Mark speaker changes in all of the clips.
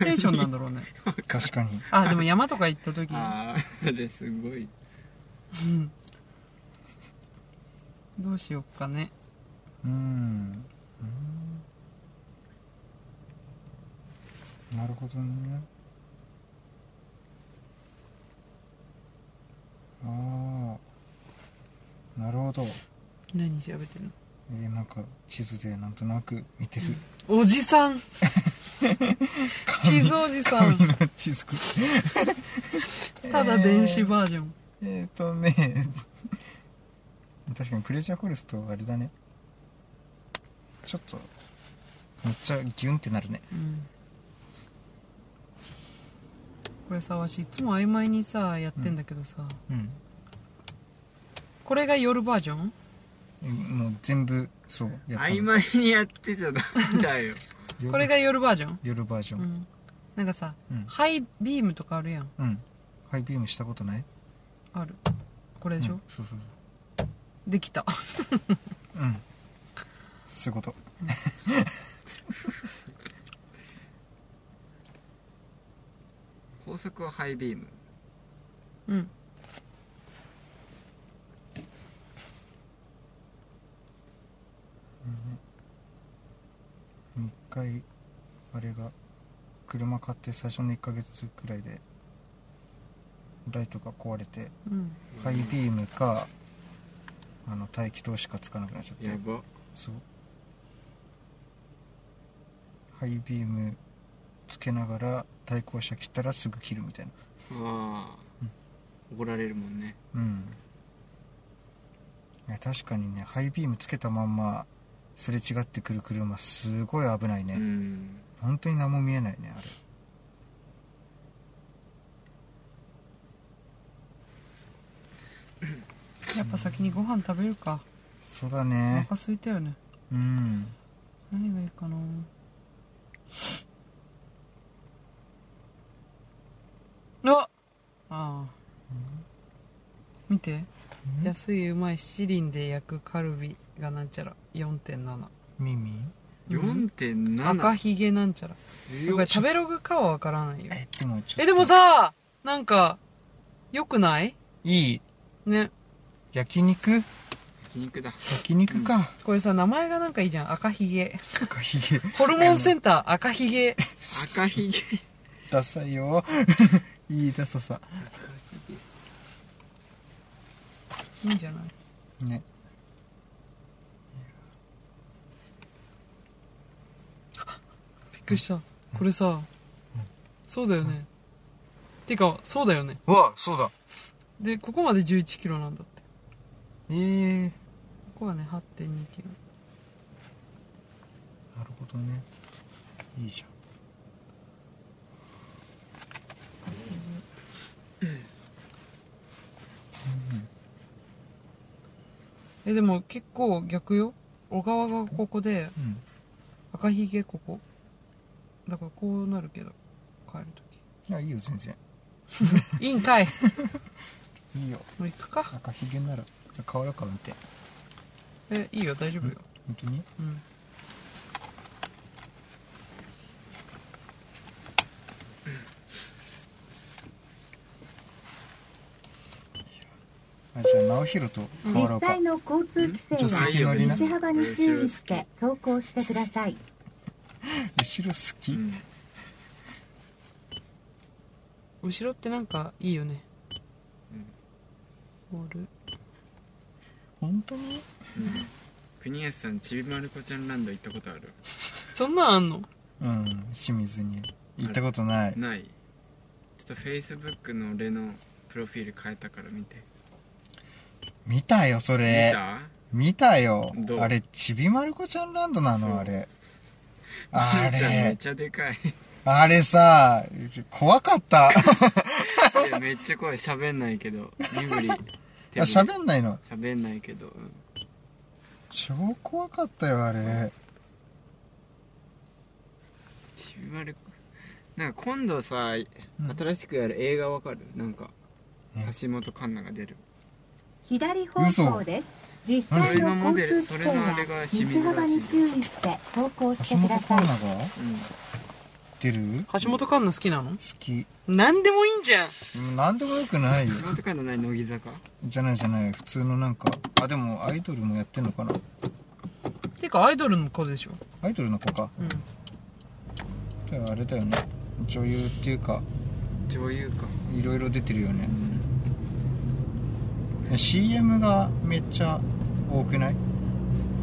Speaker 1: テンションなんだろう ね。
Speaker 2: 確かに。
Speaker 1: あ、でも山とか行った時、
Speaker 3: あーあれすごい
Speaker 1: うんどうしよっかね。
Speaker 2: うん。うんなるほどね。ああ。なるほど。
Speaker 1: 何調べてんの
Speaker 2: えーなんか地図でなんとなく見てる。
Speaker 1: おじさ ん地図おじさ ん
Speaker 2: 紙の地図。
Speaker 1: ただ電子バージョン。
Speaker 2: えっとね。確かにプレジャーホルスとあれだね。ちょっと。めっちゃギュンってなるね。
Speaker 1: うんこれさ、わしいつも曖昧にさ、やってんだけどさ、
Speaker 2: うん。
Speaker 1: これが夜バージョン
Speaker 2: もう全部そうやったの
Speaker 3: 曖昧にやってちゃダメだ よ
Speaker 2: 夜
Speaker 1: これが夜バージョン
Speaker 2: 夜バージョ
Speaker 1: う
Speaker 2: ン
Speaker 1: ん。なんかさ、
Speaker 2: うん、
Speaker 1: ハイビームとかあるやん。
Speaker 2: うん、ハイビームしたことない
Speaker 1: ある。これでしょ、
Speaker 2: うん、そうそう
Speaker 1: できた。
Speaker 2: そううんそういうこと
Speaker 3: 高速はハイビーム
Speaker 1: うん。
Speaker 2: 一回あれが車買って最初の1ヶ月くらいでライトが壊れて
Speaker 1: うん。
Speaker 2: ハイビームかあの大気灯しかつかなくなっちゃって
Speaker 3: やば
Speaker 2: そうハイビームつけながら対向車切ったらすぐ切るみたいな
Speaker 3: あー怒られるもんね
Speaker 2: うんいや確かにねハイビームつけたまんますれ違ってくる車すごい危ないうね、
Speaker 3: ん
Speaker 2: 本当に何も見えないねあれ
Speaker 1: やっぱ先にご飯食べるか。
Speaker 2: そうだ
Speaker 1: お
Speaker 2: ね
Speaker 1: 腹空いたよね。
Speaker 2: うん
Speaker 1: 何がいいかなあああ見て安いうまい七輪で焼くカルビがなんちゃら4.7
Speaker 2: 耳
Speaker 1: うん
Speaker 3: 4.7
Speaker 1: 赤ひげなんちゃら
Speaker 3: 強
Speaker 1: これ食べログかはわからないよ
Speaker 2: えでもちょっと
Speaker 1: えでもさなんかよくない
Speaker 2: いい
Speaker 1: ね
Speaker 2: 焼肉
Speaker 3: 焼肉だ
Speaker 2: 焼肉か、
Speaker 1: これさ名前がなんかいいじゃん赤ひげ
Speaker 2: 赤ひげ
Speaker 1: ホルモンセンター赤ひげ
Speaker 3: 赤ひ げ
Speaker 2: ダサいよ いいダサさ
Speaker 1: いいんじゃない
Speaker 2: ね
Speaker 1: びっくりしたこれさそうだよねてかそうだよね
Speaker 2: うわそうだ
Speaker 1: でここまで1 1キロなんだって
Speaker 2: えー、な
Speaker 1: ここはね8 2キロ
Speaker 2: るほどねいいじ
Speaker 1: えでも結構逆よ小川がここで
Speaker 2: ゃんうん
Speaker 1: 赤ひげここだからこうなるけど帰る
Speaker 2: いやいいよ全然
Speaker 1: 時いいんかい
Speaker 2: いいよ
Speaker 1: もう行くか
Speaker 2: 赤ひげなら変わるか運転
Speaker 1: えいいよ大丈夫よ
Speaker 2: 本当に
Speaker 1: うん
Speaker 2: あじゃあ直弘と変わろう
Speaker 4: 実
Speaker 2: か
Speaker 4: 際の交通規制
Speaker 2: 助
Speaker 4: は
Speaker 2: 手席乗りな
Speaker 4: 道幅に注意して走行してください
Speaker 2: 後ろ好き、
Speaker 3: うん
Speaker 1: 後ろってなんかいいよねホール
Speaker 2: 本当に
Speaker 3: 国安さんちびまる子ちゃんランド行ったことある
Speaker 1: そんなんあんの
Speaker 2: うん清水に行ったことない
Speaker 3: ないちょっとフェイスブックの俺のプロフィール変えたから見て
Speaker 2: 見たよそ
Speaker 3: 見
Speaker 2: れ
Speaker 3: た
Speaker 2: 見たよ
Speaker 3: どう
Speaker 2: あれちびまる子ちゃんランドな
Speaker 3: そう
Speaker 2: のあれ
Speaker 3: ま
Speaker 2: あ
Speaker 3: るちゃん めっ
Speaker 2: れ
Speaker 3: ちゃでかい
Speaker 2: あれさ怖かった
Speaker 3: いやめっちゃ怖い喋んないけど身振り手振り
Speaker 2: 喋んないの
Speaker 3: 喋んないけど、うん
Speaker 2: 超怖かったよあれ
Speaker 3: ちびまる子なんか今度さ、
Speaker 2: うん
Speaker 3: 新しくやる映画わかるなんか
Speaker 2: え
Speaker 3: 橋本環奈が出る
Speaker 4: 左方向です実際の交通規制は道幅に注意して走行し
Speaker 2: 橋
Speaker 4: てく
Speaker 2: 本
Speaker 4: だ
Speaker 2: コ
Speaker 4: さ
Speaker 2: ロ
Speaker 4: い
Speaker 2: ナが
Speaker 3: うん
Speaker 2: ってる好
Speaker 1: 橋本環奈好きなの
Speaker 2: き
Speaker 1: 何でもいいんじゃん
Speaker 2: うんなんでもよくないよ
Speaker 3: 仕事感のない乃木坂
Speaker 2: じゃないじゃない普通のなんかあでもアイドルもやってんのかな
Speaker 1: てかアイドルの子でしょ
Speaker 2: アイドルの子か
Speaker 1: うん
Speaker 2: でもあれだよね女優っていうか
Speaker 3: 女優か
Speaker 2: いろいろ出てるよね CM がめっちゃ多くない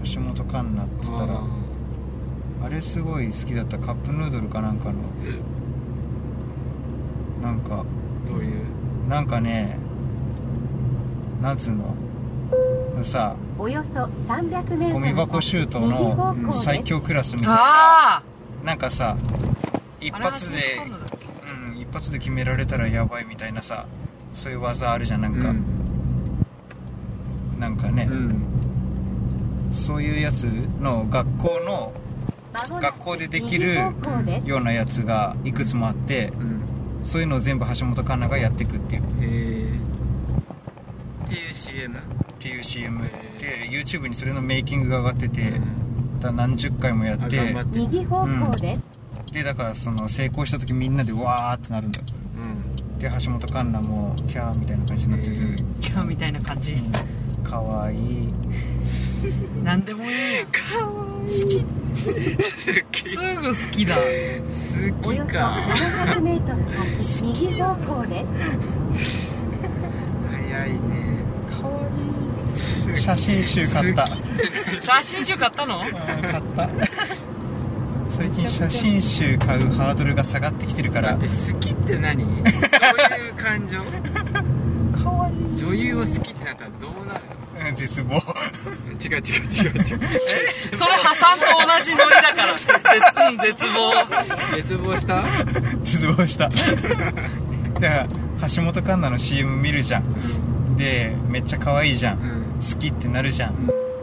Speaker 2: 橋本環奈って言ったら
Speaker 3: あ
Speaker 2: あれすごい好きだったカップヌードルかなんかのなんか
Speaker 3: ーどういう
Speaker 2: なんかねなんつうのさ
Speaker 4: およそ300メートル先
Speaker 2: ゴミ箱シュートの
Speaker 4: 右方向です
Speaker 2: 最強クラスみたいな
Speaker 1: あ
Speaker 2: なんかさ一
Speaker 1: あ
Speaker 2: 発で
Speaker 1: あれ橋本環奈だっけ
Speaker 2: うん一発で決められたらやばいみたいなさそういう技あるじゃんなんか、
Speaker 3: うん
Speaker 2: なんかね
Speaker 3: う、ん
Speaker 2: そういうやつの学校の学校でできるようなやつがいくつもあって
Speaker 3: うん
Speaker 2: そういうのを全部橋本環奈がやっていくっていうっ
Speaker 3: へえっていう CM
Speaker 2: ていう CM で YouTube にそれのメイキングが上がってて、
Speaker 3: うん
Speaker 2: だから何十回もやっ
Speaker 3: あ
Speaker 2: て
Speaker 3: 頑張ってる
Speaker 4: 右方向です
Speaker 2: でだからその成功した時みんなでわーってなるんだよ
Speaker 3: うん
Speaker 2: で橋本環奈もキャーみたいな感じになってて、
Speaker 3: へー
Speaker 1: 今日みたいな感じ
Speaker 2: かわいい
Speaker 1: 何でもいいやん好きすぐ好きだ
Speaker 3: 好
Speaker 4: お
Speaker 3: き
Speaker 4: よそ
Speaker 3: か
Speaker 4: 700メートル先右方向です
Speaker 3: 早いね
Speaker 2: かわいい写真集買った
Speaker 1: 写真集買ったの
Speaker 2: あー買 った最近写真集買うハードルが下がってきてるか
Speaker 3: だ
Speaker 2: ら
Speaker 3: って好きって何どういう 感情
Speaker 2: かわいい
Speaker 3: 女優を好きってなったらどうなるの
Speaker 2: うん絶望
Speaker 3: 違う違う違う違う
Speaker 1: それ破産と同じノリだから絶うん絶望
Speaker 3: 絶望した
Speaker 2: 絶望した だから橋本環奈の CM 見るじゃんでめっちゃ可愛いじゃ
Speaker 3: うんん
Speaker 2: 好きってなるじゃん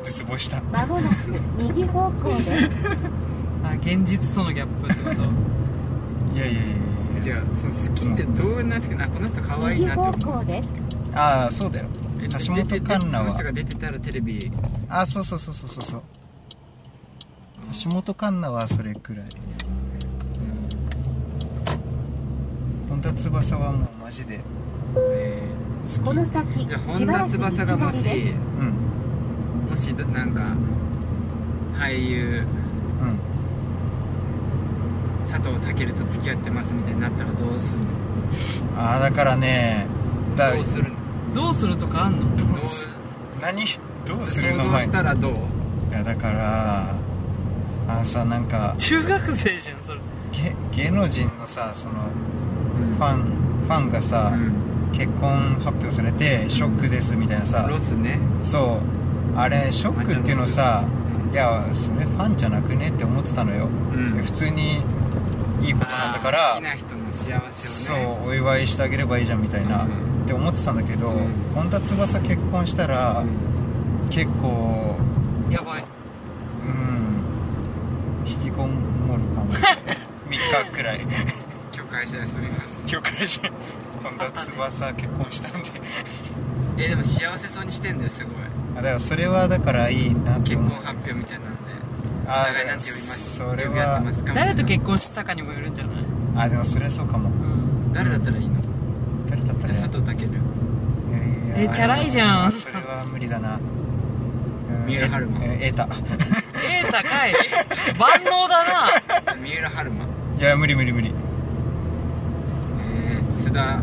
Speaker 2: 絶望した
Speaker 4: まもなく右方向です
Speaker 1: あ現実とのギャップってこと
Speaker 2: いやいやいやいやい
Speaker 3: 違
Speaker 2: や
Speaker 3: うその好きってどうなんすけどあこの人可愛い
Speaker 4: 右
Speaker 3: な
Speaker 4: 方
Speaker 3: って思う
Speaker 4: 向です
Speaker 2: ああそうだよ
Speaker 3: え
Speaker 2: 橋本環奈
Speaker 3: その人
Speaker 2: は
Speaker 3: が出てたらテレビ
Speaker 2: あそうそうそうそうそうそう橋本環奈はそれくらい本田翼はもうマジで
Speaker 3: え
Speaker 2: 好き
Speaker 4: この先
Speaker 3: ーいや
Speaker 4: し
Speaker 3: 本
Speaker 4: ばら
Speaker 3: 田
Speaker 4: く行き
Speaker 3: 翼が
Speaker 4: 止ま
Speaker 3: も
Speaker 4: りで
Speaker 3: し
Speaker 2: うん
Speaker 3: もしなんか俳優
Speaker 2: うん
Speaker 3: 佐藤健と付き合ってますみたいになったらどうすんの
Speaker 2: ああだからねだ
Speaker 3: どうするの
Speaker 1: どうするとかあんの
Speaker 3: どう
Speaker 2: す何どうする
Speaker 3: 想
Speaker 2: の
Speaker 3: 像
Speaker 2: 前
Speaker 3: し
Speaker 2: に
Speaker 3: たらどう
Speaker 2: いやだからあのさなんか
Speaker 1: 中学生じゃんそれ
Speaker 2: げ芸能人のさその
Speaker 3: フ
Speaker 2: ファンファンがさ、結婚発表されてショックですみたいなさ
Speaker 3: ロスね
Speaker 2: そうあれショックっていうのさいやそれファンじゃなくねって思ってたのよ、
Speaker 3: うん
Speaker 2: 普通にいいことなんだから
Speaker 3: 好きな人の幸せ
Speaker 2: そ
Speaker 3: をね
Speaker 2: うお祝いしてあげればいいじゃんみたいな、
Speaker 3: うん
Speaker 2: って思ってたんだけど、
Speaker 3: うん
Speaker 2: 本田翼結婚したら、結構
Speaker 1: やばい
Speaker 2: うん引きこもる かも3日くらい
Speaker 3: 今日会社休みます
Speaker 2: 教会人本田翼結婚したんで
Speaker 3: えでも幸せそうにしてんだよすごい
Speaker 2: あだからそれはだからいいなって
Speaker 3: 結
Speaker 2: 思
Speaker 3: 婚
Speaker 2: う
Speaker 3: 発表みたいなのでお
Speaker 2: あ
Speaker 3: 互いなんて呼びます
Speaker 2: それ
Speaker 3: 呼び合って
Speaker 2: は
Speaker 3: ますか
Speaker 1: 誰と
Speaker 3: みたい
Speaker 1: 結婚したかにもよるんじゃない
Speaker 2: あでもそれはそうかも
Speaker 1: うん
Speaker 3: な誰だったらいいの
Speaker 2: 誰だったらいい
Speaker 3: 佐藤健
Speaker 2: いやい
Speaker 1: え
Speaker 2: や
Speaker 1: チャラいじゃん
Speaker 2: あそれは無理だなうん
Speaker 3: 三浦春馬
Speaker 2: ええーた
Speaker 1: えー、高い万能だな
Speaker 3: 三浦春馬
Speaker 2: いや無理無理無理い
Speaker 3: えー須 田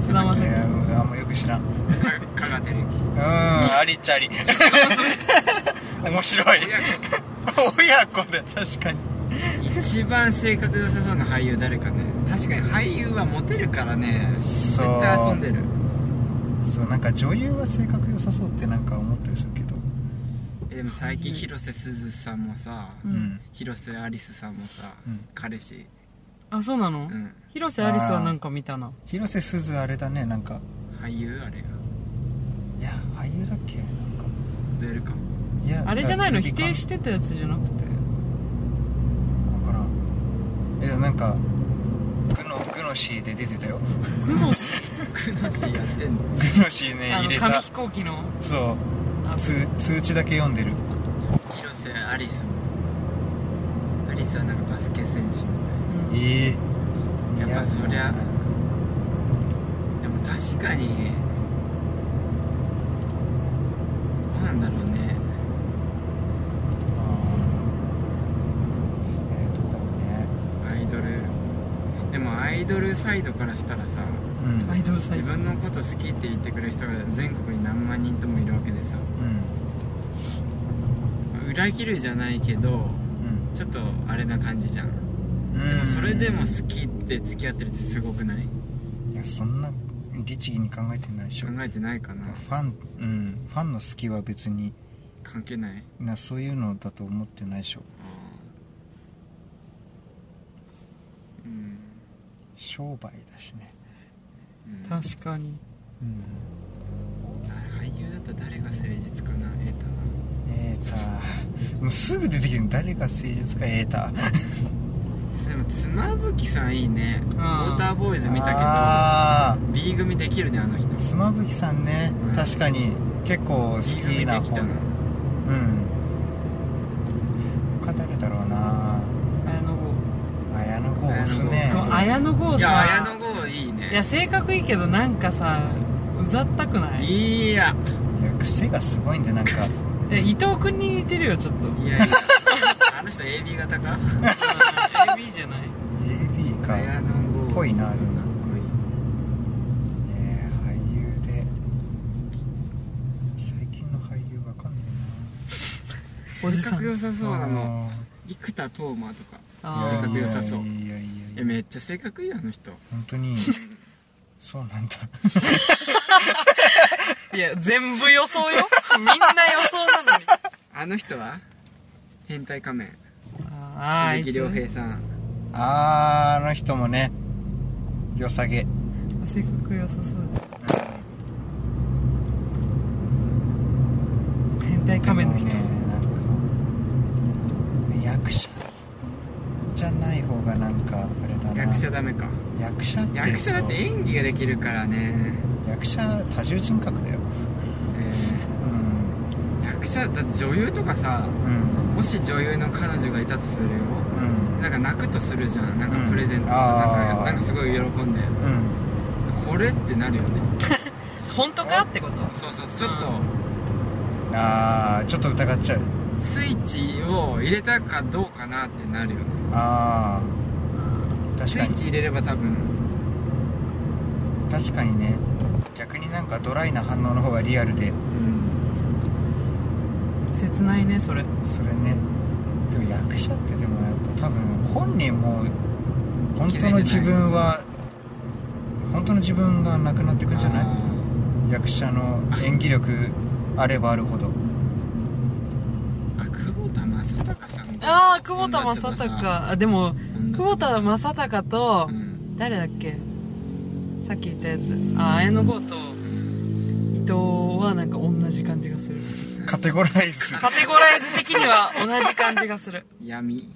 Speaker 1: 菅田将暉
Speaker 2: やあんまよく知らんうん
Speaker 3: か香川照
Speaker 2: ありっちゃあり面白い
Speaker 3: 之いや
Speaker 2: 親子で確かに
Speaker 3: 一番性格良さそうな俳優誰かね確かに俳優はモテるからね絶
Speaker 2: そう
Speaker 3: 対遊んでる
Speaker 2: そうなんか女優は性格良さそうってなんか思ったりするけど
Speaker 3: えでも最近広瀬すずさんもさ、
Speaker 1: うん
Speaker 2: うん
Speaker 3: 広瀬アリスさんもさ、
Speaker 2: うん
Speaker 3: 彼氏
Speaker 1: あそうなの、
Speaker 3: うん
Speaker 1: 広瀬アリスはなんか見たな
Speaker 2: 広瀬すずあれだねなんか
Speaker 3: 俳優あれが
Speaker 2: いや俳優だっけなんか
Speaker 3: 出るか
Speaker 2: いや
Speaker 1: あれじゃないの
Speaker 2: だ
Speaker 1: 否
Speaker 2: から
Speaker 1: 定してたやつじゃなくて
Speaker 2: わからんえでもなんかグノグノシーで出てたよ
Speaker 1: グノシ
Speaker 3: クナシやってんの
Speaker 2: グノシーね
Speaker 1: あ
Speaker 2: 入
Speaker 1: の
Speaker 2: れ
Speaker 1: 紙
Speaker 2: た
Speaker 1: 飛行機の
Speaker 2: そ
Speaker 1: あ
Speaker 2: う通通知だけ読んでる
Speaker 3: 広瀬アリスもアリスはなんかバスケ選手みたいな
Speaker 1: うん
Speaker 2: ええ
Speaker 3: やっぱそりゃでも確かにどうなんだろうね
Speaker 2: あーえーどうだろうね
Speaker 3: アイドルでもアイドルサイドからしたらさ
Speaker 2: うん
Speaker 1: アイドルサイ
Speaker 3: 自
Speaker 1: ド
Speaker 3: 分のこと好きって言ってくれる人が全国に何万人ともいるわけでさ
Speaker 2: うん
Speaker 3: 裏切るじゃないけどちょっとあれな感じじゃん
Speaker 2: うん
Speaker 3: でもそれでも好きって付き合ってるってすごくない
Speaker 2: いやそんな律儀に考えてないでし
Speaker 3: 考
Speaker 2: ょフ
Speaker 3: えてないかな
Speaker 2: ァンうんファンの好きは別に
Speaker 3: 関係ない
Speaker 2: なそういうのだと思ってないでしょ
Speaker 3: うん
Speaker 2: 商売だしね
Speaker 3: うん
Speaker 1: 確かに
Speaker 2: うん
Speaker 3: 俳優だったら誰が誠実かなエータ
Speaker 2: えーたもうすぐ出てきる誰が誠実かえーた
Speaker 3: でも妻夫木さんいいねウォ
Speaker 1: あー
Speaker 3: ーターボーイズ見た
Speaker 2: あ
Speaker 3: けど B 組できるねあの人
Speaker 2: ー妻夫木さんね
Speaker 3: うん
Speaker 2: 確かに結構好
Speaker 3: B 組
Speaker 2: き
Speaker 3: で
Speaker 2: な
Speaker 3: き
Speaker 2: 方
Speaker 3: たの
Speaker 2: うん他誰だろうな
Speaker 1: 綾野剛
Speaker 2: 綾野剛押す
Speaker 1: で
Speaker 2: ね
Speaker 3: 綾野
Speaker 1: も綾野剛
Speaker 3: いや
Speaker 1: さ
Speaker 3: 綾野剛いいね
Speaker 1: いや性格いいけどなんかさうざったくないい
Speaker 3: いや
Speaker 2: いや癖がすごいんでなんか
Speaker 1: や伊藤君に似てるよちょっと
Speaker 3: いやいや あの人 AB 型か
Speaker 1: AB じゃ ない
Speaker 2: AB か
Speaker 3: 綾野剛
Speaker 2: ぽいなでも
Speaker 3: かっこいい
Speaker 2: ねえ俳優で最近の俳優わかんね
Speaker 1: おじ
Speaker 3: 性
Speaker 1: さ
Speaker 3: 格良
Speaker 1: ん
Speaker 3: さ
Speaker 2: えな
Speaker 3: そうなの
Speaker 2: あ
Speaker 3: 生田斗真とか
Speaker 2: ー
Speaker 1: あ
Speaker 3: 性格良さそう
Speaker 2: いやいやい
Speaker 3: い
Speaker 2: や
Speaker 3: や
Speaker 2: いや
Speaker 3: めっちゃ性格いいよあの人
Speaker 2: 本当にそうなんだ
Speaker 1: あいや全部予想よ みんな予想なのに
Speaker 3: あの人は変態仮面
Speaker 1: あー
Speaker 3: 鈴木亮
Speaker 1: あい
Speaker 3: 平さん
Speaker 2: あーあの人もね良さげ
Speaker 1: つ性格良さそうじゃん変態仮面の人
Speaker 2: でもねなんか役者じゃない方がなんかあれだな
Speaker 3: 役者ダメか
Speaker 2: 役者って
Speaker 3: 役者だって演技ができるからね、
Speaker 2: そう役者多重人格だよ
Speaker 3: え
Speaker 2: うん
Speaker 3: ー役者だって女優とかさ
Speaker 2: うん
Speaker 3: もし女優の彼女がいたとするよ
Speaker 2: うん
Speaker 3: なんか泣くとするじゃんなん
Speaker 2: うん
Speaker 3: かプレゼントとかなん
Speaker 2: あ
Speaker 3: か,、
Speaker 2: ー
Speaker 3: なんかすごい喜んで
Speaker 2: うん
Speaker 3: これってなるよね
Speaker 1: 本当かってこと
Speaker 3: そうそうそうちょっ
Speaker 1: う
Speaker 3: と
Speaker 2: ああちょっと疑っちゃう
Speaker 3: スイッチを入れたかどうかなってなるよね
Speaker 2: ああ確
Speaker 3: スイ
Speaker 2: か
Speaker 3: ッ
Speaker 2: に
Speaker 3: チ入れれば多分
Speaker 2: 確かにね逆になんかドライな反応の方がリアルで
Speaker 3: うん
Speaker 1: 切ないねそれ
Speaker 2: それねでも役者ってでもやっぱ多分本人も本当の自分は本当の自分がなくなってくんじゃない役者の演技力あればあるほど
Speaker 3: あーあ久保田正孝さんみたいな
Speaker 1: ああ久保田正
Speaker 3: 女
Speaker 1: 孝
Speaker 3: 翼
Speaker 1: あでも久保田正孝と
Speaker 3: うん
Speaker 1: 誰だっけさっき言ったやつあ綾野剛と伊藤はなんか同じ感じがする
Speaker 2: カテゴライ ズ
Speaker 1: カテゴライズ的には同じ感じがする
Speaker 3: 闇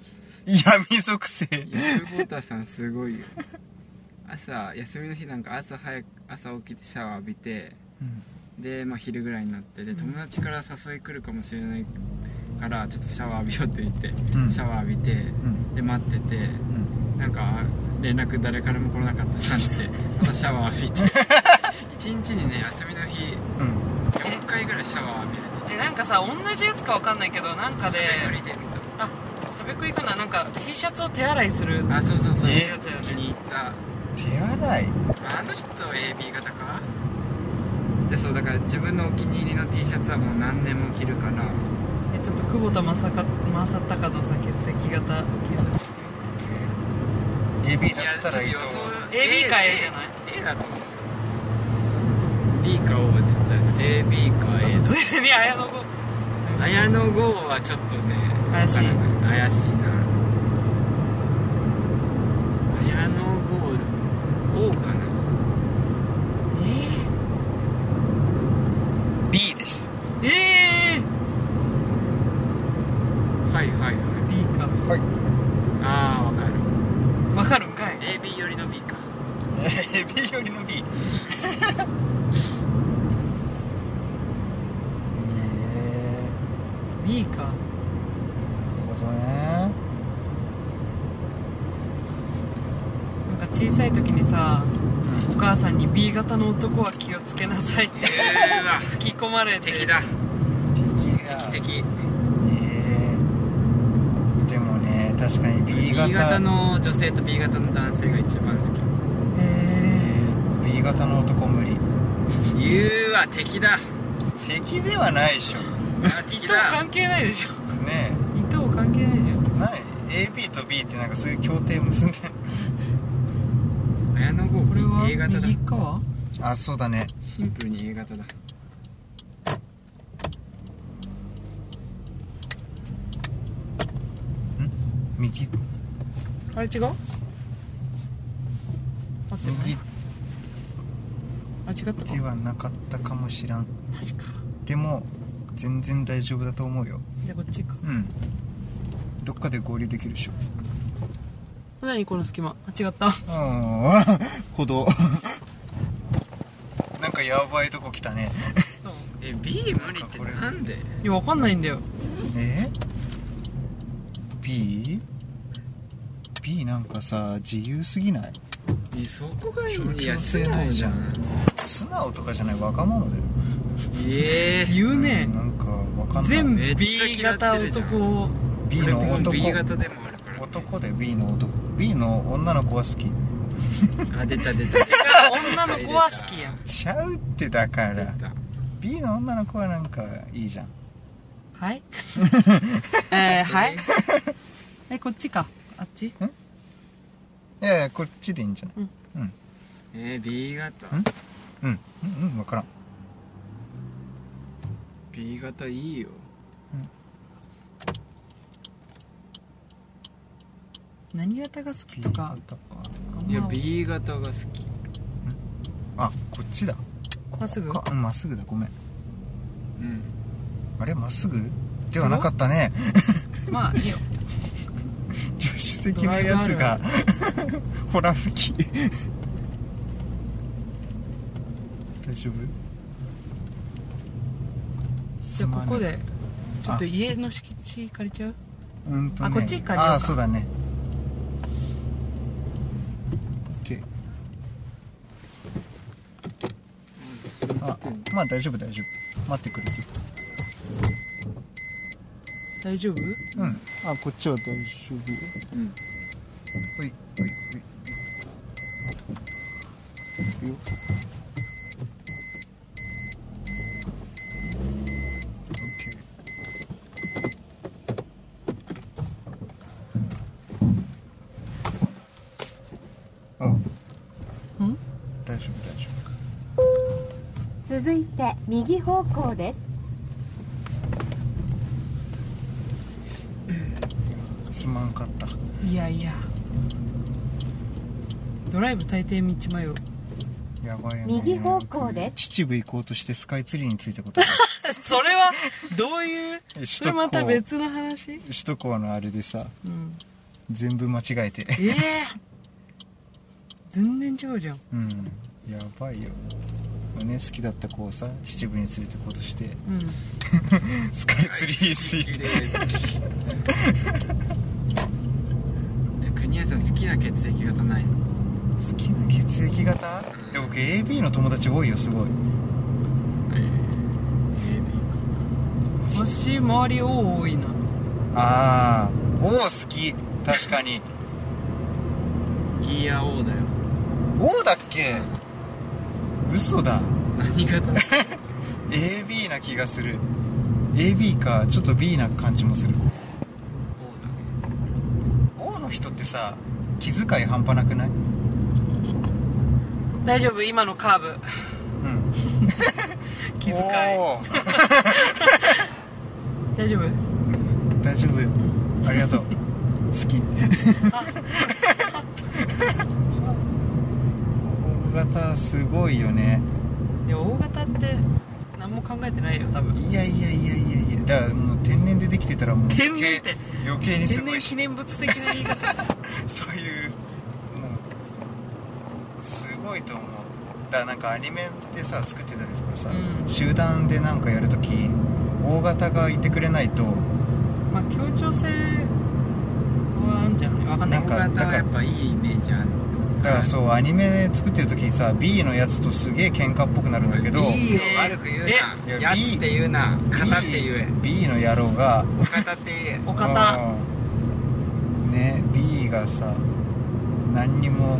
Speaker 2: 闇属性
Speaker 3: いや久保田さんすごいよ朝休みの日なんか朝早く朝起きてシャワー浴びてで、まあ、昼ぐらいになってで友達から誘い来るかもしれないからちょっとシャワー浴びようって言って、
Speaker 2: うん
Speaker 3: シャワー浴びて
Speaker 2: うん
Speaker 3: で待ってて
Speaker 2: うん
Speaker 3: なんか連絡誰からも来なかったなってまたシャワー浴びて1日にね休みの日
Speaker 2: うん
Speaker 3: 4回ぐらいシャワー浴びるって
Speaker 1: でなんかさ同じやつかわかんないけどなんかで
Speaker 3: よりで見た
Speaker 1: あしゃべくりかななんか T シャツを手洗いする
Speaker 3: あそうそうそう
Speaker 2: え
Speaker 3: 気
Speaker 1: やつだよね
Speaker 3: に入った
Speaker 2: 手洗い
Speaker 3: あの人 AB 型かでそうだから自分のお気に入りの T シャツはもう何年も着るから
Speaker 1: えちょっと久保田正孝正孝のさ血液型検索してみ
Speaker 2: AB
Speaker 3: い
Speaker 2: だ
Speaker 3: や
Speaker 2: ったらいいと思う
Speaker 1: て AB か A じゃない
Speaker 3: A だと思う B か O は絶対ない AB か A だ
Speaker 1: 普通に綾野剛
Speaker 3: 綾野剛はちょっとね
Speaker 1: 怪しい
Speaker 3: わからない怪しいな綾野剛 O かな
Speaker 1: え
Speaker 2: B でし
Speaker 1: ー、え
Speaker 3: はいはいはい
Speaker 1: ー、B か
Speaker 2: たはい
Speaker 3: ああわかる
Speaker 1: わかるんかい
Speaker 3: AB 寄りの B か
Speaker 2: B より の B え
Speaker 1: B か
Speaker 2: なるほどね
Speaker 1: 時にさお母さんに B 型の男は気をつけなさい って
Speaker 3: うわ
Speaker 1: 吹き込まれて
Speaker 3: 敵だ
Speaker 2: 敵がね
Speaker 3: 敵
Speaker 2: えでもね確かに B
Speaker 3: B
Speaker 2: 型
Speaker 3: 型の女性と B 型の男性が一番好き
Speaker 2: え
Speaker 1: へ
Speaker 2: ー B 型の男無理
Speaker 3: うわ敵 だ
Speaker 2: 敵ではないでしょ
Speaker 3: あ
Speaker 1: え伊
Speaker 3: 敵
Speaker 1: 藤
Speaker 3: だ
Speaker 1: 関係ないでしょ
Speaker 2: ね
Speaker 1: 伊藤関係ないじゃん
Speaker 2: えない AB と B ってなんかそういう協定結んでる
Speaker 3: 綾野剛
Speaker 1: これは
Speaker 3: A 型だ
Speaker 1: 右側
Speaker 2: あそうだね
Speaker 3: シンプルに A 型だ
Speaker 2: 右
Speaker 1: あれ違う合ってない
Speaker 2: 右
Speaker 1: あ違った
Speaker 2: 手はなかったかもしらん
Speaker 1: マジか
Speaker 2: でも全然大丈夫だと思うよ
Speaker 1: じゃあこっち行く
Speaker 2: うんどっかで合流できるでしょ
Speaker 1: 何この隙間あ違った
Speaker 2: ああ歩道 なんかやばいとこ来たね
Speaker 3: え B 無理ってなんで
Speaker 1: いやわかんないんだよ
Speaker 2: え B? B なんかさ自由すぎない
Speaker 3: えそこがいいんだ
Speaker 2: 強制ないじゃん素直とかじゃない若者だよ
Speaker 3: ええ
Speaker 1: 言うね
Speaker 2: うんなんかわかんない
Speaker 1: 全部
Speaker 3: めっちゃ
Speaker 1: B
Speaker 3: 嫌って
Speaker 1: 型
Speaker 3: るじゃん
Speaker 1: 男 を
Speaker 2: B
Speaker 3: 俺
Speaker 2: の
Speaker 3: も
Speaker 2: 男
Speaker 3: B 型でもあるからね
Speaker 2: 男で B の男 B の女の子は好き
Speaker 3: あ出た出た出た
Speaker 1: 女の子は好きやん
Speaker 2: ちゃうってだか
Speaker 3: 出
Speaker 2: ら
Speaker 3: た
Speaker 2: B の女の子はなんかいいじゃん
Speaker 1: はい えー、はいえこっちかあっち
Speaker 2: いやいやこっちでいいんじゃない
Speaker 3: えー B 型
Speaker 2: んうんうんうん分からん
Speaker 3: B 型いいよ
Speaker 1: 何型が好き
Speaker 2: B
Speaker 1: とか
Speaker 2: 型
Speaker 1: あんま
Speaker 3: いや B 型が好き
Speaker 2: あこっちだ
Speaker 1: まっすぐ
Speaker 2: ここかうんまっすぐだごめん
Speaker 3: うん
Speaker 2: あれまっすぐではなかったね
Speaker 1: まあ いいよ
Speaker 2: 助手席のやつがほら吹き大丈夫
Speaker 1: じゃあここでちょっと
Speaker 2: あ
Speaker 1: 家の敷地借りちゃう
Speaker 2: うんと、ね、
Speaker 1: あこっち借りようか
Speaker 2: ああそうだねであまあ大丈夫大丈夫待ってくれて
Speaker 1: 大丈夫
Speaker 2: うんあこっちは大丈夫よ
Speaker 3: うん
Speaker 2: ほいほいほいほいよオッケーあ
Speaker 1: ん
Speaker 2: 大丈夫大丈
Speaker 4: 続いて右方向です
Speaker 2: 夫すまんかった
Speaker 1: いやいやドライブ大抵道迷う
Speaker 2: やばいね
Speaker 4: 右方向です
Speaker 2: 秩父行こうとしてスカイツリーについたこと
Speaker 1: それはどういう
Speaker 2: 首
Speaker 1: そ
Speaker 2: 都
Speaker 1: れ
Speaker 2: 高
Speaker 1: また別の話
Speaker 2: 首都高のあれでさ
Speaker 1: うん
Speaker 2: 全部間違えて
Speaker 1: ええ全然違うじゃん
Speaker 2: うんやばいよ、ね、好きだった子をさ秩父に連れてこうとして
Speaker 1: うん
Speaker 2: スカイツリーについ
Speaker 3: 綺
Speaker 2: て
Speaker 3: 麗国安さん好きな血液型ないの
Speaker 2: 好きな血液型で僕 AB の友達多いよすごい
Speaker 3: えー AB
Speaker 1: 私周り多いな
Speaker 2: ああ O 好き確かに
Speaker 3: ギア O だよ
Speaker 2: O だっけ嘘だ
Speaker 3: 何型
Speaker 2: AB な気がする AB かちょっと B な感じもする
Speaker 3: O
Speaker 2: O の人ってさ気遣い半端なくない
Speaker 1: 大丈夫今のカーブ
Speaker 2: うん
Speaker 1: 気遣い
Speaker 2: おー
Speaker 1: 大丈夫
Speaker 2: 大丈夫よありがとう好き
Speaker 1: あ
Speaker 2: O 型すごいよね
Speaker 1: でも大型って何も考えてないよ多分
Speaker 2: いやいやいやいやいやだからもう天然でできてたらもう
Speaker 1: 天然って
Speaker 2: 余計にす
Speaker 1: 天
Speaker 2: ご
Speaker 1: 然
Speaker 2: いし
Speaker 1: 記念物的な言い方
Speaker 2: そういうもうすごいと思うだからなんかアニメでさ作ってたりとかさ、
Speaker 1: うん
Speaker 2: 集団でなんかやるとき大型がいてくれないと
Speaker 1: まあ協調性はあんじゃんねわかんな
Speaker 2: ないん
Speaker 1: け
Speaker 2: か
Speaker 1: ど
Speaker 3: 型はやっぱいいイメージある
Speaker 2: だからそうアニメ作ってる時にさ B のやつとすげえ喧嘩っぽくなるんだけど
Speaker 3: B を悪く言うな
Speaker 2: え
Speaker 3: やつって言うな型って言え
Speaker 2: B, B の野郎が
Speaker 3: お方って言え
Speaker 1: お方
Speaker 2: うんね B がさ何にも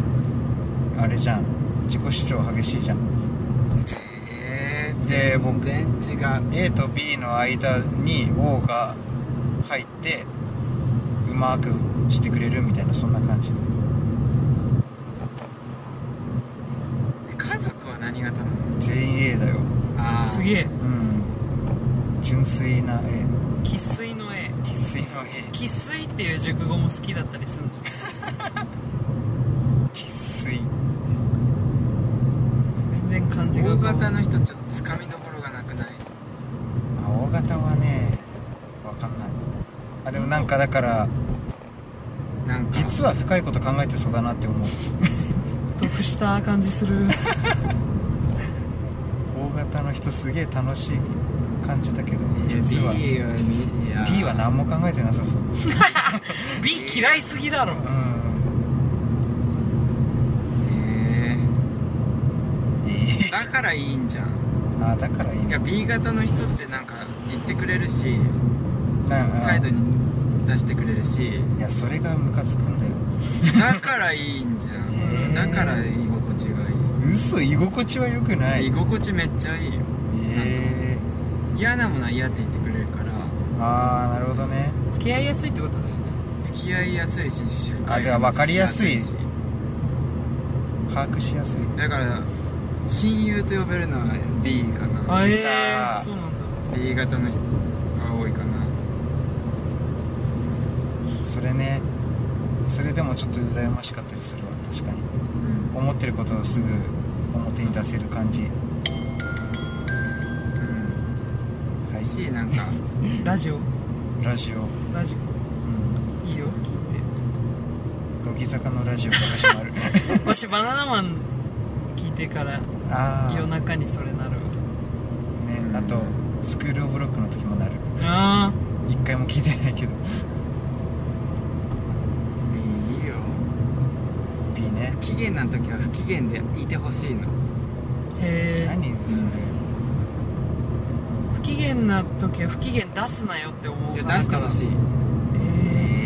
Speaker 2: あれじゃん自己主張激しいじゃん
Speaker 3: えー
Speaker 2: で
Speaker 3: 全
Speaker 2: 僕
Speaker 3: 然違う
Speaker 2: A と B の間に O が入ってうまくしてくれるみたいなそんな感じ
Speaker 3: 家族は何型なの
Speaker 2: 全員 A だよ
Speaker 3: あー
Speaker 1: すげえ
Speaker 2: うん純粋な A
Speaker 1: 生粋の絵
Speaker 2: 生粋の A
Speaker 1: 生粋っていう熟語も好きだったりするの
Speaker 2: 生粋
Speaker 1: 全然感じが
Speaker 3: 大
Speaker 1: 浮かば
Speaker 3: 型
Speaker 1: ない
Speaker 3: の人ちょっとつかみどころがなくない
Speaker 2: 青型はねわかんないあでもなんかだから
Speaker 3: なんか
Speaker 2: 実は深いこと考えてそうだなって思う
Speaker 1: 得した感じする
Speaker 2: 大型の人すげえ楽しい感じだけど
Speaker 3: いや
Speaker 2: 実は B
Speaker 3: B は B や
Speaker 2: は何も考えてなさそう
Speaker 1: B 嫌いすぎだろ
Speaker 2: うん
Speaker 3: え
Speaker 2: いい
Speaker 3: ーだからいいんじゃん
Speaker 2: あだからいい
Speaker 3: い
Speaker 2: ね
Speaker 3: や B 型の人ってなんか言ってくれるし
Speaker 2: なんか
Speaker 3: 態度に出してくれ るし
Speaker 2: いやそれがムカつくんだよ
Speaker 3: だからいいんじゃん、
Speaker 2: えー
Speaker 3: だから居心地がいい、
Speaker 2: 嘘居心地は良くない
Speaker 3: 居
Speaker 2: え
Speaker 3: 心地めっちゃいいよ
Speaker 2: え
Speaker 3: 嫌なものは嫌って言ってくれるから
Speaker 2: ああなるほどね
Speaker 1: 付き合いやすいってことだよね
Speaker 3: 付き合いやすいし深い
Speaker 2: あじゃあ分かりやすい
Speaker 3: 話し
Speaker 2: 把握しやすい
Speaker 3: だから親友と呼べるのは B かな
Speaker 1: あえ
Speaker 2: 出た
Speaker 1: ー、そうなんだ
Speaker 3: B 型の人が多いかな
Speaker 2: それねそれでもちょっと羨ましかったりするわ確かに
Speaker 3: うん
Speaker 2: 思ってることをすぐ表に出せる感じはい
Speaker 3: しなんか
Speaker 1: ラジオ
Speaker 2: ラジオ、
Speaker 1: ラジコ
Speaker 2: うん、
Speaker 1: いいよ聞い
Speaker 2: 乃木坂のラジオが始まる
Speaker 1: てわしバナナマン聞いてから
Speaker 2: あ
Speaker 1: 夜
Speaker 2: あ、
Speaker 1: 中にそれなるわ
Speaker 2: ね、あとスクールオブロックの時もなる
Speaker 1: あ
Speaker 2: 一回も聞いてないけど
Speaker 3: B いいよ
Speaker 2: B ね
Speaker 3: 不機嫌な時は不機嫌でいてほしいの
Speaker 1: ーへえ
Speaker 2: 何それ
Speaker 1: 不機嫌な時は不機嫌出すなよって思う
Speaker 3: い
Speaker 1: か
Speaker 3: や
Speaker 1: ら
Speaker 3: 出してほし
Speaker 1: え
Speaker 3: い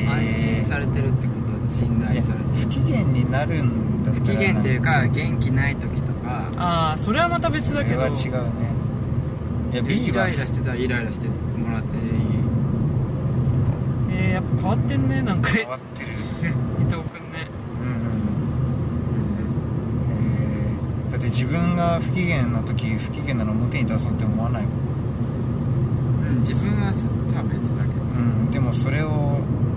Speaker 2: えー
Speaker 3: 安心されてるってことで信
Speaker 2: い
Speaker 3: 頼
Speaker 2: や
Speaker 3: されてる
Speaker 2: 不機嫌になるんだった
Speaker 3: 不
Speaker 2: ら
Speaker 3: 機嫌っていう
Speaker 2: か
Speaker 3: か元気ない時とか
Speaker 1: ー、ああそれはまた別だけど
Speaker 2: は違うねいや B
Speaker 3: イ
Speaker 2: は
Speaker 3: ライラしてたらイライラしてもらっていい
Speaker 1: えー、やっぱ変わってんねなんか伊
Speaker 2: 変わってる
Speaker 1: 藤君ね
Speaker 2: うんうんえーだって自分が不機嫌な時不機嫌なの表に出そうって思わないもん、
Speaker 3: うん自分はとは別だけど
Speaker 2: うん、でもそれを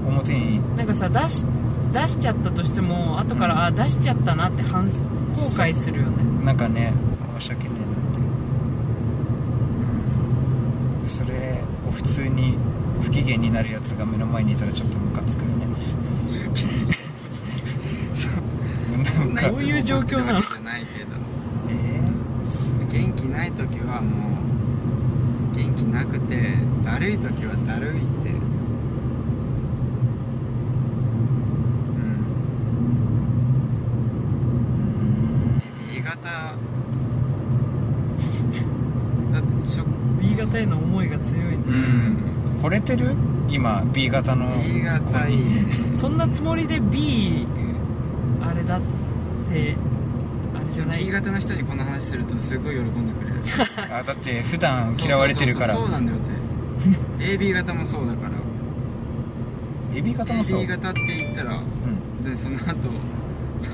Speaker 2: 表に
Speaker 1: なんかさ出し出しちゃったとしても後から、ああ出しちゃったなって反後悔するよね
Speaker 2: なんかね申し訳ねえなってそれを普通に不機嫌になるやつが目の前にいたらちょっとムカつくよね そ
Speaker 3: そん
Speaker 2: う
Speaker 3: な
Speaker 2: なん
Speaker 1: ど
Speaker 2: か
Speaker 1: ういう状況なの
Speaker 3: いつも怒ってるわけじゃないけど
Speaker 2: えーす
Speaker 3: 元気ない時はもう元気なくてだるい時はだるいって
Speaker 2: うん
Speaker 3: うんえ B 型だってしょ
Speaker 1: B 型への思いが強いね
Speaker 3: う、ん
Speaker 2: 惚れてる今 B 型の
Speaker 3: B 型いいね
Speaker 1: そんなつもりで B あれだってあれじゃない
Speaker 3: B 型の人にこの話するとすごい喜んでくれる
Speaker 2: あだって普段嫌われてるから
Speaker 3: そうそうそうそうなんだよって AB 型もそうだから
Speaker 2: AB 型もそう
Speaker 3: AB 型って言ったら
Speaker 2: うん
Speaker 3: 別にその後な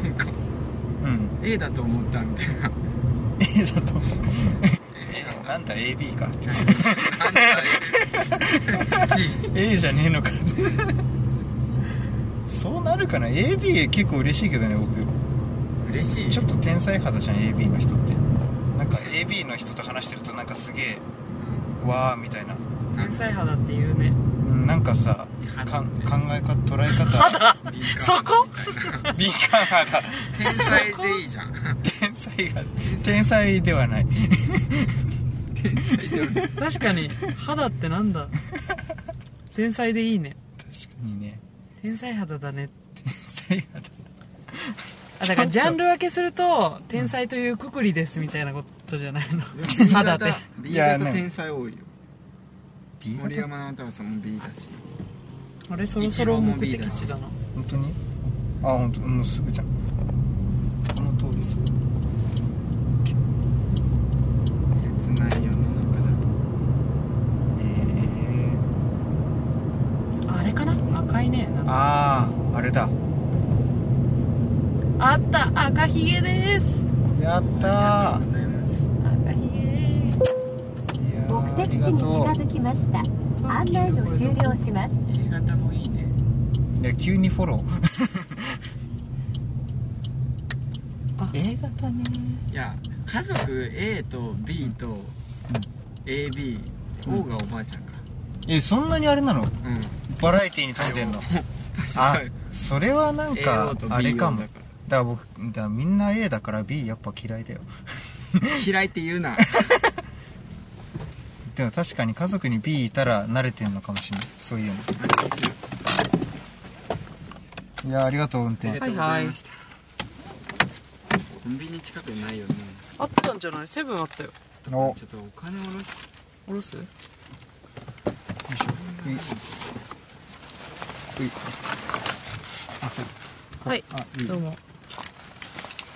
Speaker 3: んか
Speaker 2: うん
Speaker 3: A だと思ったみたいな
Speaker 2: A だとえなんだ AB かって
Speaker 3: なんか G
Speaker 2: A じゃねえのかってそうなるかな AB 結構嬉しいけどね僕
Speaker 3: 嬉しい
Speaker 2: ちょっと天才肌じゃん AB の人ってなんか AB の人と話してるとなんかすげえわーみたいな
Speaker 1: 天才肌って言うね
Speaker 2: うんなんかさかん考え方捉え方
Speaker 1: そこ
Speaker 2: 敏感肌
Speaker 3: 天才でいいじゃん
Speaker 2: 天才肌天才ではない
Speaker 1: 確かに肌ってなん だ天才でいいね
Speaker 2: 確かにね
Speaker 1: 天才肌だね
Speaker 2: 天才肌
Speaker 1: あだからジャンル分けすると天才というくくりですみたいなことじゃないの
Speaker 3: でも B
Speaker 1: 肌
Speaker 3: 型
Speaker 1: で
Speaker 3: B
Speaker 2: いや
Speaker 3: 型
Speaker 2: ね
Speaker 3: 天才多いよ
Speaker 2: B
Speaker 3: 森
Speaker 2: 型
Speaker 3: 山直太朗さんも B だし
Speaker 1: あれそろそろ目的地だな
Speaker 2: 本当にあ本当もうすぐじゃんこの通りすぐ
Speaker 3: 切ない世の中だ
Speaker 2: えー、
Speaker 1: あれかな赤いねなんか
Speaker 2: あああれだ
Speaker 1: あった赤ひげです
Speaker 2: やったー
Speaker 3: ありがとう
Speaker 1: 赤ひげ
Speaker 2: いやー
Speaker 3: ございます
Speaker 4: 目
Speaker 2: ありがと
Speaker 4: 的地に近づきました案内を終了します
Speaker 3: A 型もいいね
Speaker 2: ういや急にフォロー A 型ね
Speaker 3: いや家族 A と B と ABO がおばあちゃんか
Speaker 2: えそんなにあれなの
Speaker 3: うん
Speaker 2: バラエティーに富 んでんの
Speaker 3: 確
Speaker 2: あ
Speaker 3: かに
Speaker 2: それはなん
Speaker 3: AO
Speaker 2: か
Speaker 3: と BO
Speaker 2: あれかもだからら
Speaker 3: だか
Speaker 2: 僕だからみんな A だから B やっぱ嫌いだよ
Speaker 3: 嫌いって言うな
Speaker 2: でも確かに家族に B いたら慣れてんのかもしれないそ ういうのいやありがとう運転
Speaker 1: はいはい
Speaker 3: コンビニ近くないよね
Speaker 1: あったんじゃないセブンあったよ
Speaker 2: およ
Speaker 3: ちょっとお金下ろし
Speaker 1: おろす
Speaker 2: いしょういほいあほいこ
Speaker 1: はい
Speaker 2: あいい
Speaker 1: どうも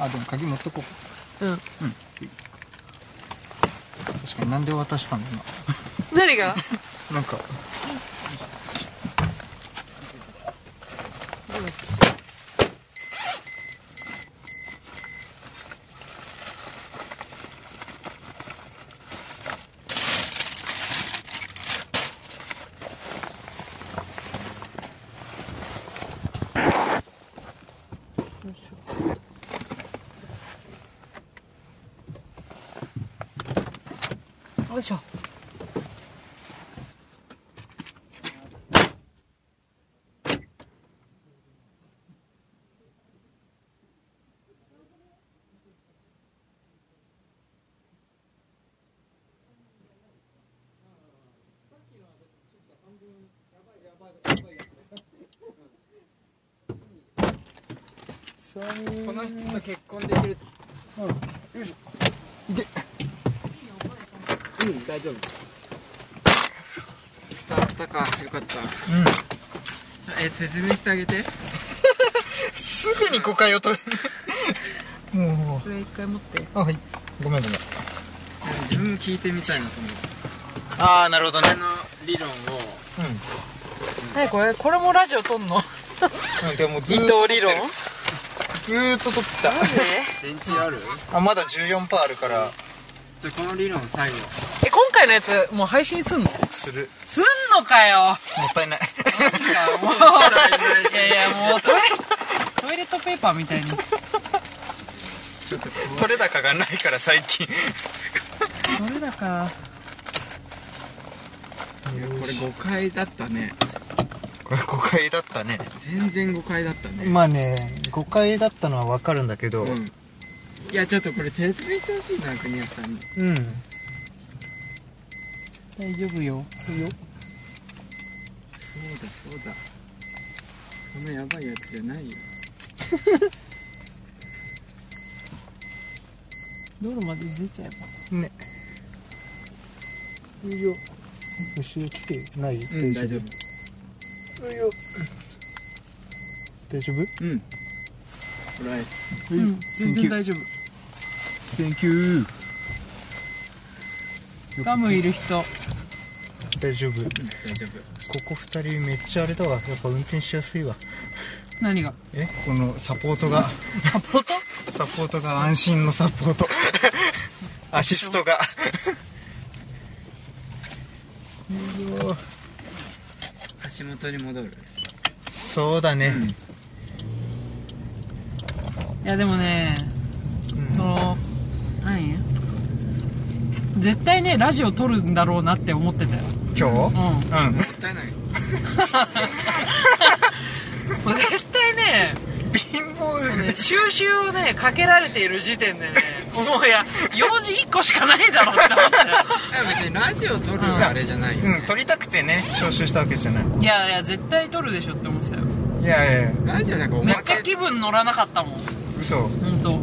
Speaker 2: あでも鍵持っとこ
Speaker 1: うん
Speaker 2: ううんほい確かになんで渡したの今
Speaker 1: 何が
Speaker 2: なんか
Speaker 1: よいしょ
Speaker 3: この人と結婚できる
Speaker 2: いて
Speaker 3: うん大丈夫伝わったかよかったえ説明してあげて
Speaker 2: すぐに誤解をとも
Speaker 1: これ一回持って
Speaker 2: うあはいごめんごめん
Speaker 3: 自分も聞いてみたいなと思って
Speaker 2: ああなるほどね
Speaker 3: あの理論を
Speaker 2: う
Speaker 1: 何これこれもラジオ撮んの
Speaker 2: ん、うん、でもず
Speaker 1: 伊
Speaker 2: ーっ
Speaker 1: 藤
Speaker 2: と
Speaker 1: 理論
Speaker 2: ずーっと撮ってた
Speaker 3: 電池ある
Speaker 2: あまだ14%あるから
Speaker 3: じゃあこの理論最後
Speaker 1: え今回のやつもう配信すんの
Speaker 2: する
Speaker 1: すんのかよ
Speaker 2: もったいない
Speaker 1: もういやいやもうトイレトイレットペーパーみたいにど
Speaker 3: ちょっとこ
Speaker 2: 取れ高がないから最近
Speaker 1: れだか
Speaker 3: ういやこれ誤解だったね
Speaker 2: これ誤解だったね
Speaker 3: 全然誤解だったね
Speaker 2: まあね誤解だったのはわかるんだけど
Speaker 3: うんいやちょっとこれ説明してほしいな国安さんに
Speaker 2: うん
Speaker 1: 大丈夫よいいよ
Speaker 3: そうだそうだこのやばいやつじゃないよ
Speaker 1: 道路まで出ちゃえ
Speaker 2: ねよいよ後ろ来てない、
Speaker 3: うん大丈夫
Speaker 2: 夫よいよ大丈夫
Speaker 3: うんこれ
Speaker 1: ばうん全然大丈夫
Speaker 2: Thank you
Speaker 1: ガムいる人
Speaker 2: 大丈夫こ
Speaker 3: 大丈夫
Speaker 2: こ2人めっちゃあれだわやっぱ運転しやすいわ
Speaker 1: 何が
Speaker 2: えこのサポートがサポートサポートが安心のサポー トアシストがうわ
Speaker 3: 橋本に戻る
Speaker 2: そうだね、
Speaker 1: いやでもね
Speaker 2: うん
Speaker 1: その何絶対ねラジオ撮るんだろうなって思ってたよう
Speaker 2: 今日
Speaker 1: ん
Speaker 2: うん
Speaker 3: もったいない
Speaker 1: もう絶対ね
Speaker 2: 貧乏
Speaker 1: ね収集をねかけられている時点でねもういや用事1個しかないだろうって思ったよ
Speaker 3: いや別にラジオ撮るあれじゃないよ
Speaker 2: うん取りたくてね招集したわけじゃない
Speaker 1: いやいや絶対撮るでしょって思ってたよ
Speaker 2: いやいや
Speaker 3: ラジオなんかお
Speaker 1: め
Speaker 3: ま
Speaker 1: っち
Speaker 3: け
Speaker 1: ゃ気分乗らなかったもん
Speaker 3: お
Speaker 2: 嘘
Speaker 1: 本当